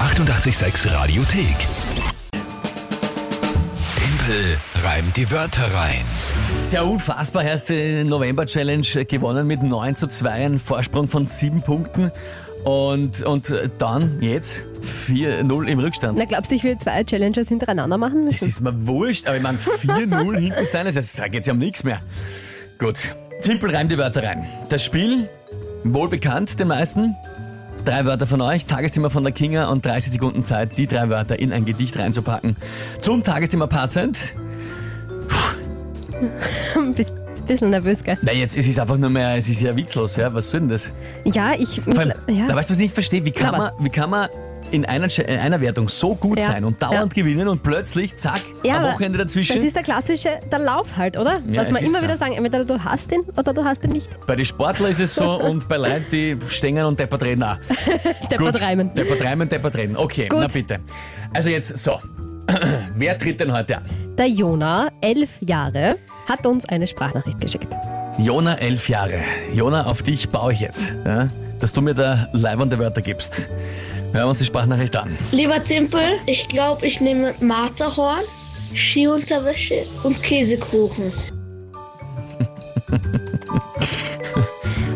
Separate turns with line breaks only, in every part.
886 Radiothek. Tempel reimt die Wörter rein.
Sehr unfassbar, hast die November-Challenge gewonnen mit 9 zu 2, ein Vorsprung von 7 Punkten. Und, und äh, dann jetzt 4-0 im Rückstand.
Na, glaubst du, ich will zwei Challenges hintereinander machen Also,
Das
müssen?
ist mir wurscht, aber ich meine 4-0 hinten sein, das heißt, da geht's ja um nichts mehr. Gut. Simpel reimt die Wörter rein. Das Spiel, wohlbekannt den meisten. Drei Wörter von euch, Tagesthema von der Kinga und 30 Sekunden Zeit, die drei Wörter in ein Gedicht reinzupacken. Zum Tagesthema passend.
Bist bisschen nervös, gell?
Na, jetzt ist es einfach nur mehr, es ist ja witzlos, ja. Was soll denn das?
Ja, ich.
Vor allem,
ja.
na, weißt du, was ich nicht verstehe? Wie kann,
Na,
man,
was?
wie kann man in einer, Sch- in einer Wertung so gut
Ja.
sein und dauernd gewinnen und plötzlich, zack,
Ja,
am
aber
Wochenende dazwischen?
Das ist der klassische, der Lauf halt, oder?
Ja,
Was
es
man
ist
immer
so.
wieder sagen, entweder du hast ihn oder du hast ihn nicht.
Bei den Sportlern ist es so und bei Leuten, die stängen und deppert reden auch.
Deppert reimen.
Deppert reimen, deppert reden. Okay,
Gut.
na bitte. Also jetzt so. Wer tritt denn heute an?
Der Jona, elf Jahre, hat uns eine Sprachnachricht geschickt.
Jona, elf Jahre. Jona, auf dich baue ich jetzt. Ja? Dass du mir da leibende Wörter gibst. Hören wir uns die Sprachnachricht an.
Lieber Timpel, ich glaube, ich nehme Marterhorn, Skiunterwäsche und Käsekuchen.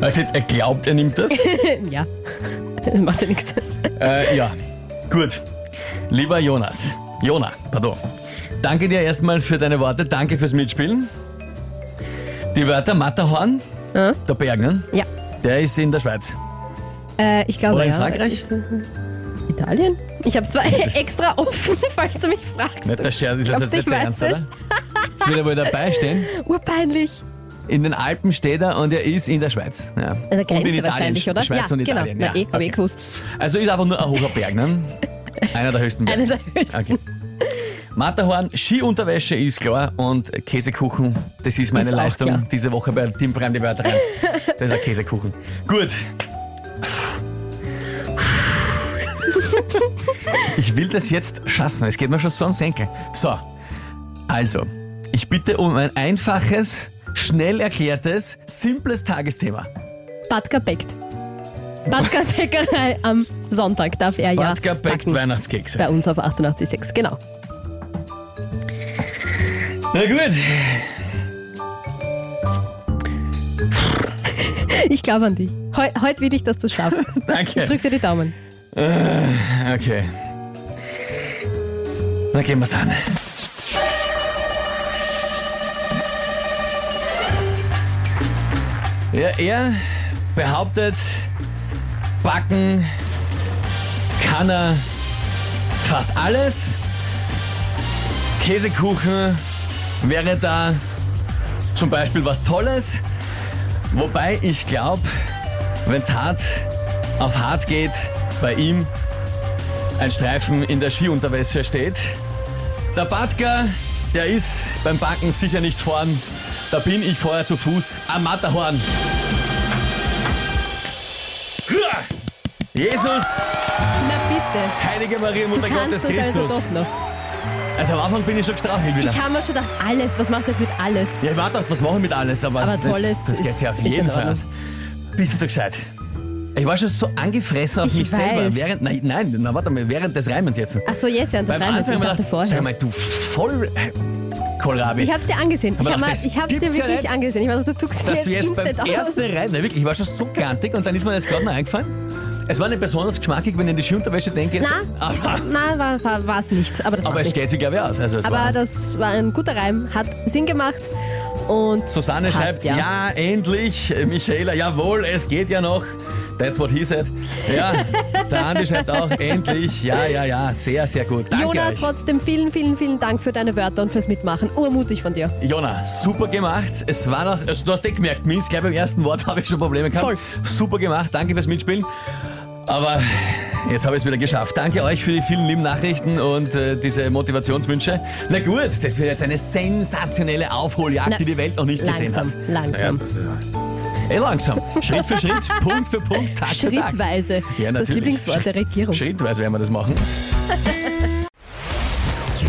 Also er glaubt, er nimmt das.
ja. Macht ja nichts.
Äh, ja, gut. Lieber Jonas, Jona, pardon. Danke dir erstmal für deine Worte, danke fürs Mitspielen. Die Wörter Matterhorn,
Ja.
der Berg, ne?
Ja.
Der ist in der Schweiz.
Äh, ich glaube,
Oder in
ja.
Frankreich?
Italien? Ich habe es zwar extra offen, falls du mich fragst.
Nicht der Scherz, ist das jetzt
Glaubst du,
nicht
ich
der Ernst,
weiß
oder?
es?
Das wird er wohl dabei stehen.
Urpeinlich.
In den Alpen steht er und er ist in der Schweiz. Ja.
An der
und
Grenze
in Italien.
wahrscheinlich, oder?
Schweiz
ja,
und Italien.
genau.
ja.
Na, eh, hab
okay.
ich gewusst.
Also ist einfach nur ein hoher Berg, ne? Einer der höchsten Berge.
Einer der höchsten.
Okay. Matterhorn, Skiunterwäsche ist klar und Käsekuchen, das ist meine
Ist auch
Leistung
klar.
diese Woche bei Team Prime die Wörter rein. Das ist ein Käsekuchen. Gut. Ich will das jetzt schaffen. Es geht mir schon so am Senkel. So, also, ich bitte um ein einfaches, schnell erklärtes, simples Tagesthema.
Badka bäckt. Badka Bäckerei am Sonntag darf er ja
Badger backt
backen.
Weihnachtskekse.
Bei uns auf 88.6, genau.
Na gut.
Ich glaube an dich. Heu, heute will ich, dass du schaffst.
Danke.
Drück dir die Daumen.
Okay. Na gehen wir's an. Ja, er behauptet, backen kann er fast alles. Käsekuchen wäre da zum Beispiel was Tolles. Wobei ich glaube, wenn's hart auf hart geht, bei ihm ein Streifen in der Skiunterwäsche steht. Der Batka, der ist beim Backen sicher nicht vorn. Da bin ich vorher zu Fuß am Matterhorn. Hua! Jesus,
Na bitte.
Heilige Maria, Mutter Gottes
Kannst du es also
Christus.
doch noch?
Also am Anfang bin ich schon gestrauchelt wieder.
Ich habe mir schon gedacht, alles, was machst du jetzt mit alles?
Ja, ich warte auch, was machen wir mit alles, aber,
Aber
das,
Tolles
das geht ja auf
ist- ist
jeden
in
Fall aus. Bist du gescheit? Ich war schon so angefressen auf
Ich
mich selber.
weiß.
Während, nein, nein, na, warte mal, während des Reimens jetzt.
Ach so, jetzt während das
Beim
rein. Ich
Anfang haben wir
dachte
gedacht,
vorher.
Sag mal, du voll äh, Kohlrabi.
Ich hab's dir angesehen.
Aber
Ich hab
doch,
mal-
das
ich hab's dir
gibt's ja
wirklich
nicht.
angesehen. Ich war dazu zuckst
dass du jetzt beim
instant aus.
ersten Reim, na wirklich, ich war schon so grantig und dann ist mir das gerade noch eingefallen. Es war nicht besonders geschmackig, wenn ich an die Skiunterwäsche denke. Jetzt,
Na.
aber
Nein, war es nicht. Aber das
aber
macht
es
nichts.
geht sich, glaube ich, aus. Also, es
Aber
war,
das war ein guter Reim, hat Sinn gemacht. Und
Susanne
passt,
schreibt, ja. endlich, Michaela, jawohl, es geht ja noch. That's what he said. Ja, der Andi schreibt auch, endlich, ja, ja, ja, sehr, sehr gut. Danke
Jona,
euch.
trotzdem vielen, vielen, vielen Dank für deine Wörter und fürs Mitmachen. Urmutig von dir.
Jona, super gemacht. Es war noch, also du hast eh gemerkt, Mins, gleich beim ersten Wort habe ich schon Probleme gehabt. Super gemacht, danke fürs Mitspielen. Aber jetzt habe ich es wieder geschafft. Danke euch für die vielen lieben Nachrichten und äh, diese Motivationswünsche. Na gut, das wird jetzt eine sensationelle Aufholjagd,
Na,
die die Welt noch nicht
Langsam,
gesehen
langsam.
hat. Eh langsam, Schritt für Schritt, Punkt für Punkt, Tag für Tag.
Schrittweise.
Ja,
das
natürlich.
Lieblingswort der Regierung.
Schrittweise werden wir das machen.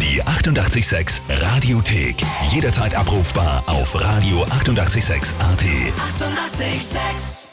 Die 886 Radiothek. Jederzeit abrufbar auf radio886.at. 886! 886.
886